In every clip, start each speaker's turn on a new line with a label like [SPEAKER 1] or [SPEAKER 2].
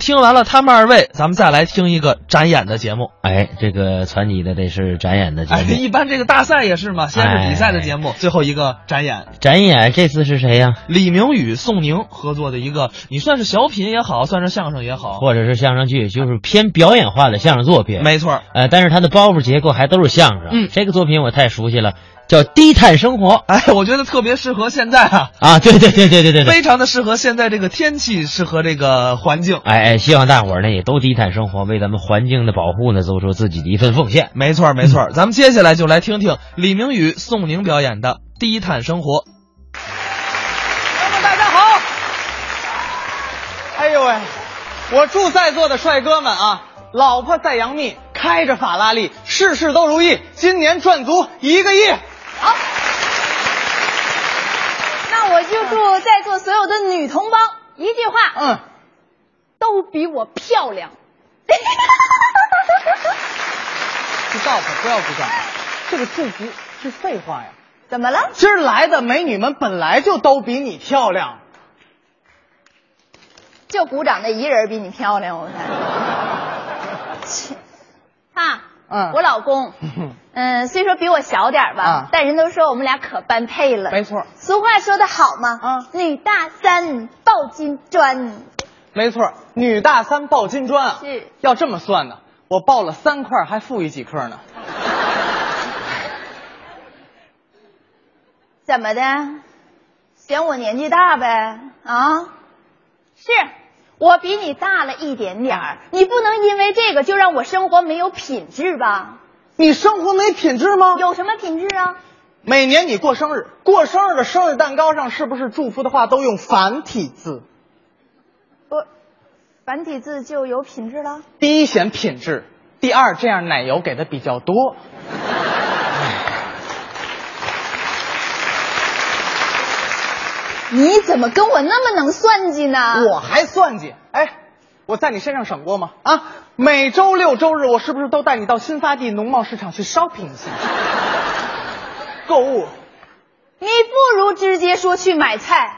[SPEAKER 1] 听完了他们二位，咱们再来听一个展演的节目。
[SPEAKER 2] 哎，这个传奇的这是展演的节
[SPEAKER 1] 哎，
[SPEAKER 2] 目，
[SPEAKER 1] 一般这个大赛也是嘛，先是比赛的节目，最后一个展演。
[SPEAKER 2] 展演这次是谁呀？
[SPEAKER 1] 李明宇、宋宁合作的一个，你算是小品也好，算是相声也 好，
[SPEAKER 2] 或者是相声剧，就是偏表演化的相声作品。
[SPEAKER 1] 没错儿。
[SPEAKER 2] 呃，但是它的包袱结构还都是相声。
[SPEAKER 1] 嗯
[SPEAKER 2] 这个作品我太熟悉了，叫《低碳生活》
[SPEAKER 1] 哎，我觉得特别适合现在啊，
[SPEAKER 2] 啊！对对对对对对对。
[SPEAKER 1] 非常的适合现在这个天气，适合这个环境。
[SPEAKER 2] 哎哎，希望大伙儿呢也都低碳生活，为咱们环境的保护呢做出自己的一份奉献。
[SPEAKER 1] 没错儿，没错 儿。咱们接下来就来听听李明宇、宋宁表演的《低碳生活》。
[SPEAKER 3] 朋友们，大家好！哎呦喂，我祝在座的帅哥们啊，老婆在杨幂，开着法拉利，事事都如意，今年赚足一个亿。
[SPEAKER 4] 好，那我就祝在座所有的女同胞一句话，
[SPEAKER 3] 嗯，
[SPEAKER 4] 都比我漂 亮。
[SPEAKER 3] 这道可不要鼓掌，这个祝福是废话呀。
[SPEAKER 4] 怎么了？
[SPEAKER 3] 今儿来的美女们本来就都比你漂亮，
[SPEAKER 4] 就鼓掌那一人比你漂亮，我看。切 啊，
[SPEAKER 3] 嗯
[SPEAKER 4] 我老 公，嗯，虽说比我小点儿吧，
[SPEAKER 3] 啊
[SPEAKER 4] 但人都说我们俩可般配了。
[SPEAKER 3] 没错，
[SPEAKER 4] 俗话说得好嘛，
[SPEAKER 3] 啊
[SPEAKER 4] 女大三抱金砖。
[SPEAKER 3] 没错，女大三抱金砖啊。
[SPEAKER 4] 是
[SPEAKER 3] 要这么算呢，我抱了三块，还富裕几克呢。
[SPEAKER 4] 怎么的？嫌我年纪大呗？啊，是我比你大了一点点儿，你不能因为这个就让我生活没有品质吧？
[SPEAKER 3] 你生活没品质吗？
[SPEAKER 4] 有什么品质啊？
[SPEAKER 3] 每年你过生日，过生日的生日蛋糕上是不是祝福的话都用繁体字？
[SPEAKER 4] 我繁体字就有品质了？
[SPEAKER 3] 第一显品质，第二这样奶油给的比较多。
[SPEAKER 4] 你怎么跟我那么能算计呢？
[SPEAKER 3] 我还算计，哎，我在你身上省过吗？啊，每周六周日我是不是都带你到新发地农贸市场去 shopping 一下，购物？
[SPEAKER 4] 你不如直接说去买菜。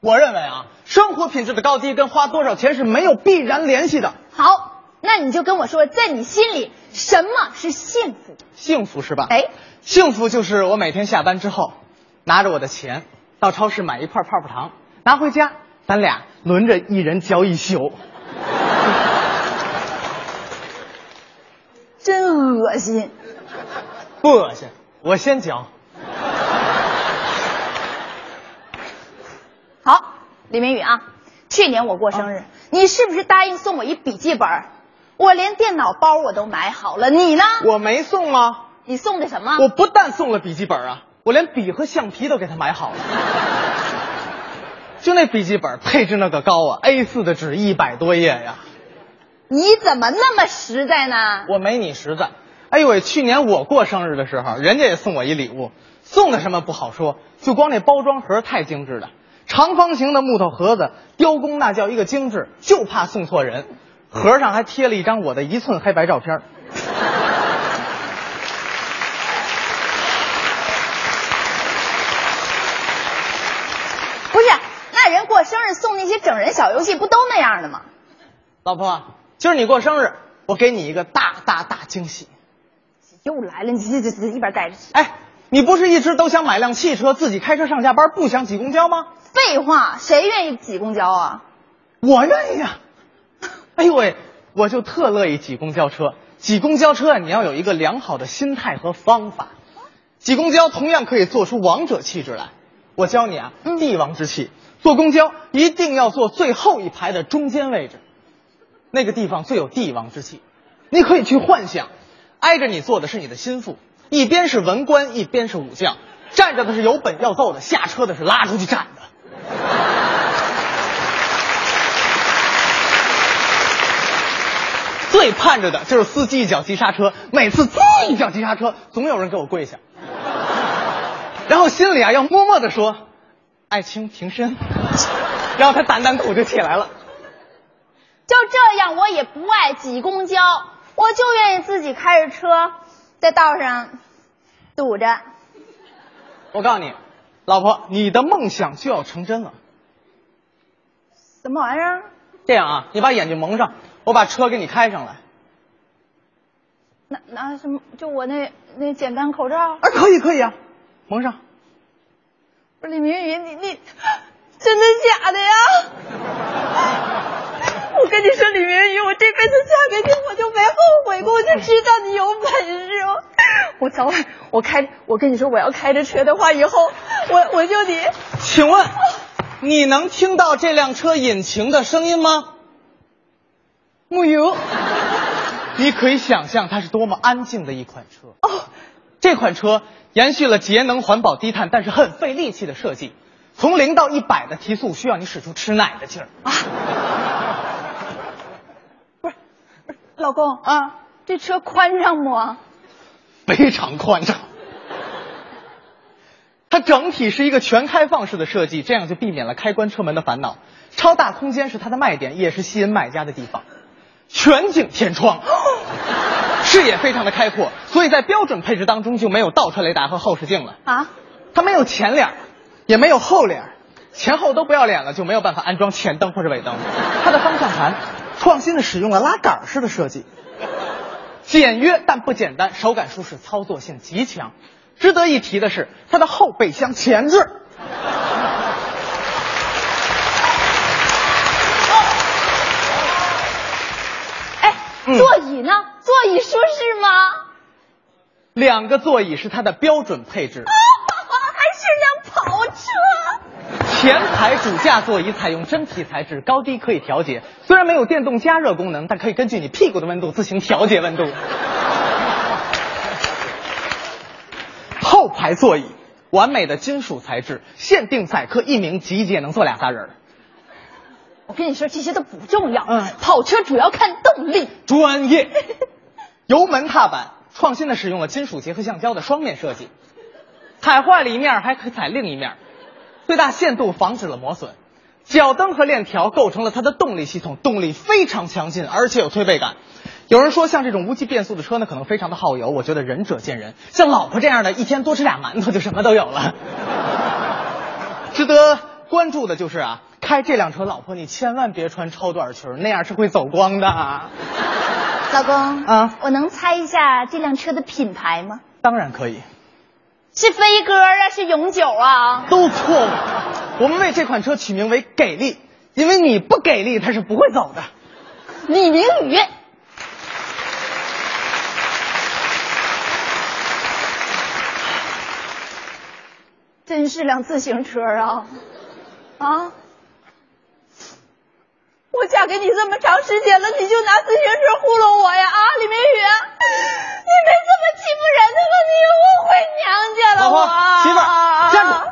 [SPEAKER 3] 我认为啊，生活品质的高低跟花多少钱是没有必然联系的。
[SPEAKER 4] 好，那你就跟我说，在你心里什么是幸福？
[SPEAKER 3] 幸福是吧？
[SPEAKER 4] 哎，
[SPEAKER 3] 幸福就是我每天下班之后，拿着我的钱到超市买一块泡泡糖，拿回家，咱俩轮着一人嚼一宿。
[SPEAKER 4] 真恶心。
[SPEAKER 3] 不恶心，我先嚼。
[SPEAKER 4] 好，李明宇啊，去年我过生日，你是不是答应送我一笔记本儿？我连电脑包我都买好了，你呢？
[SPEAKER 3] 我没送啊，
[SPEAKER 4] 你送的什么？
[SPEAKER 3] 我不但送了笔记本啊，我连笔和橡皮都给他买好了。就那笔记本配置那个高啊，A 4的纸一百多页呀、
[SPEAKER 4] 你怎么那么实在呢？
[SPEAKER 3] 我没你实在。哎呦喂，去年我过生日的时候，人家也送我一礼物，送的什么不好说，就光那包装盒太精致了，长方形的木头盒子，雕工那叫一个精致，就怕送错人。盒上还贴了一张我的一寸黑白照片。
[SPEAKER 4] 不是，那人过生日送那些整人小游戏，不都那样的吗？
[SPEAKER 3] 老婆，今儿你过生日，我给你一个大大大惊喜。
[SPEAKER 4] 又来了，你这这这一边待着去。
[SPEAKER 3] 哎，你不是一直都想买辆汽车，自己开车上下班，不想挤公交吗？
[SPEAKER 4] 废话，谁愿意挤公交啊？
[SPEAKER 3] 我愿意啊！ 哎呦喂，我就特乐意挤公交车。挤公交车啊，你要有一个良好的心态和方法。挤公交同样可以做出王者气质来。我教你啊，
[SPEAKER 4] 嗯
[SPEAKER 3] 帝王之气。坐公交一定要坐最后一排的中间位置，那个地方最有帝王之气。你可以去幻想，挨着你坐的是你的心腹，一边是文官，一边是武将，站着的是有本要奏的，下车的是拉出去站的。最盼着的就是司机一脚急刹车，每次滋一脚急刹车，总有人给我跪下，然后心里啊要默默地说：“爱卿平身。”然后他掸掸土就起来了。
[SPEAKER 4] 就这样，我也不爱挤公交，我就愿意自己开着车在道上堵着。
[SPEAKER 3] 我告诉你，老婆，你的梦想就要成真了。
[SPEAKER 4] 什么玩意儿？
[SPEAKER 3] 这样啊，你把眼睛蒙上，我把车给你开上来。
[SPEAKER 4] 拿拿什么？就我那那简单口罩？
[SPEAKER 3] 啊，可以可以啊，蒙上。
[SPEAKER 4] 不是李明宇，你你真的假的呀？哎我跟你说，李明宇，我这辈子嫁给你，我就没后悔过，我就知道你有本事。我我早晚我开，我跟你说，我要开着车的话，以后我我就得
[SPEAKER 3] 请问，你能听到这辆车引擎的声音吗？木有。你可以想象它是多么安静的一款车。
[SPEAKER 4] 哦，
[SPEAKER 3] 这款车延续了节能、环保、低碳，但是很费力气的设计。从零到一百的提速需要你使出吃奶的劲儿啊！
[SPEAKER 4] 老公啊，这车宽敞不？
[SPEAKER 3] 非常宽敞。它整体是一个全开放式的设计，这样就避免了开关车门的烦恼。超大空间是它的卖点，也是吸引买家的地方。全景天窗，视野非常的开阔，所以在标准配置当中就没有倒车雷达和后视镜了。
[SPEAKER 4] 啊，
[SPEAKER 3] 它没有前脸，也没有后脸，前后都不要脸了，就没有办法安装前灯或者尾灯。它的方向盘创新的使用了拉杆式的设计，简约但不简单，手感舒适，操作性极强。值得一提的是，它的后备箱前置。
[SPEAKER 4] 哎，
[SPEAKER 3] 嗯
[SPEAKER 4] 座椅呢？座椅舒适吗？
[SPEAKER 3] 两个座椅是它的标准配置，
[SPEAKER 4] 还是辆跑车。
[SPEAKER 3] 前排主驾座椅采用真皮材质，高低可以调节。虽然没有电动加热功能，但可以根据你屁股的温度自行调节温度。后排座椅完美的金属材质，限定载客一名，集结能坐俩仨人儿。
[SPEAKER 4] 我跟你说，这些都不重要。
[SPEAKER 3] 嗯
[SPEAKER 4] 跑车主要看动力。
[SPEAKER 3] 专业。 油门踏板创新的使用了金属结合橡胶的双面设计，踩坏了一面还可以踩另一面，最大限度防止了磨损。脚蹬和链条构成了它的动力系统，动力非常强劲，而且有推背感。有人说像这种无级变速的车呢，可能非常的耗油，我觉得仁者见仁。像老婆这样的，一天多吃俩馒头就什么都有了。 值得关注的就是啊，开这辆车，老婆你千万别穿超短裙，那样是会走光的啊。
[SPEAKER 4] 老公
[SPEAKER 3] 啊，
[SPEAKER 4] 我能猜一下这辆车的品牌吗？
[SPEAKER 3] 当然可以，
[SPEAKER 4] 是飞鸽啊，是永久啊？
[SPEAKER 3] 都错误。我们为这款车取名为“给力”，因为你不给力，它是不会走的。
[SPEAKER 4] 李明宇。真是辆自行车啊！啊！我嫁给你这么长时间了，你就拿自行车糊弄我呀？啊，李明宇，你别这么欺负人的了，你我回娘家了，
[SPEAKER 3] 老
[SPEAKER 4] 我啊
[SPEAKER 3] 婆，啊媳妇儿，站住！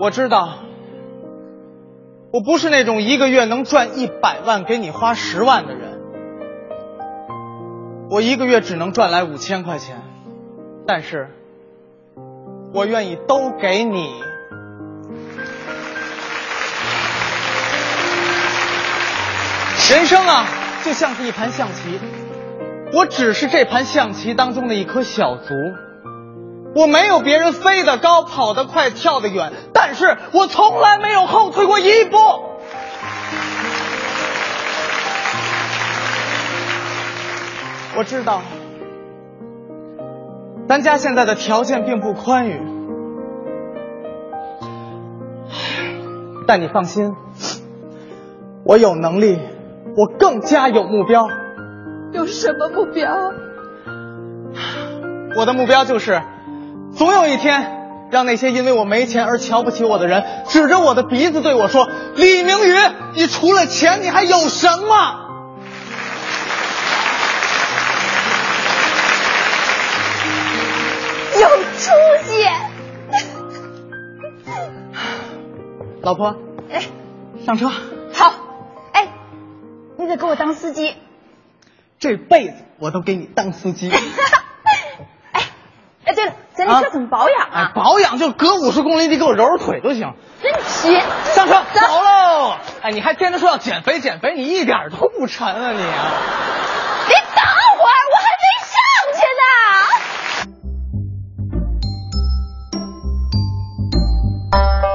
[SPEAKER 3] 我知道，我不是那种一个月能赚一百万给你花十万的人，我一个月只能赚来五千块钱，但是，我愿意都给你。人生啊，就像是一盘象棋，我只是这盘象棋当中的一颗小卒，我没有别人飞得高、跑得快、跳得远，但是我从来没有后退过一步。我知道，咱家现在的条件并不宽裕，但你放心。我有能力，我更加有目标。
[SPEAKER 4] 有什么目标？
[SPEAKER 3] 我的目标就是，总有一天，让那些因为我没钱而瞧不起我的人，指着我的鼻子对我说：“李明宇，你除了钱，你还有什么
[SPEAKER 4] 有出息！？”
[SPEAKER 3] 老婆，
[SPEAKER 4] 哎，
[SPEAKER 3] 上车，
[SPEAKER 4] 好，哎，你得给我当司机。
[SPEAKER 3] 这辈子我都给你当司机。
[SPEAKER 4] 哎，哎，对了，咱这车
[SPEAKER 3] 啊
[SPEAKER 4] 怎么保养
[SPEAKER 3] 哎
[SPEAKER 4] 啊？，
[SPEAKER 3] 保养就隔五十公里，你给我揉揉腿都行。
[SPEAKER 4] 真贫。
[SPEAKER 3] 上车，
[SPEAKER 4] 走
[SPEAKER 3] 走喽！哎，你还天天说要减肥减肥，你一点都不沉啊你啊！
[SPEAKER 4] 你等会儿，我还没上去呢。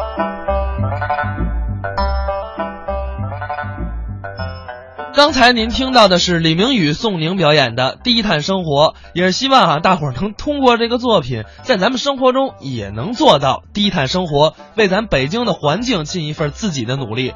[SPEAKER 1] 刚才您听到的是李明宇、宋宁表演的《低碳生活》，也是希望啊，大伙儿能通过这个作品，在咱们生活中也能做到低碳生活，为咱北京的环境尽一份自己的努力。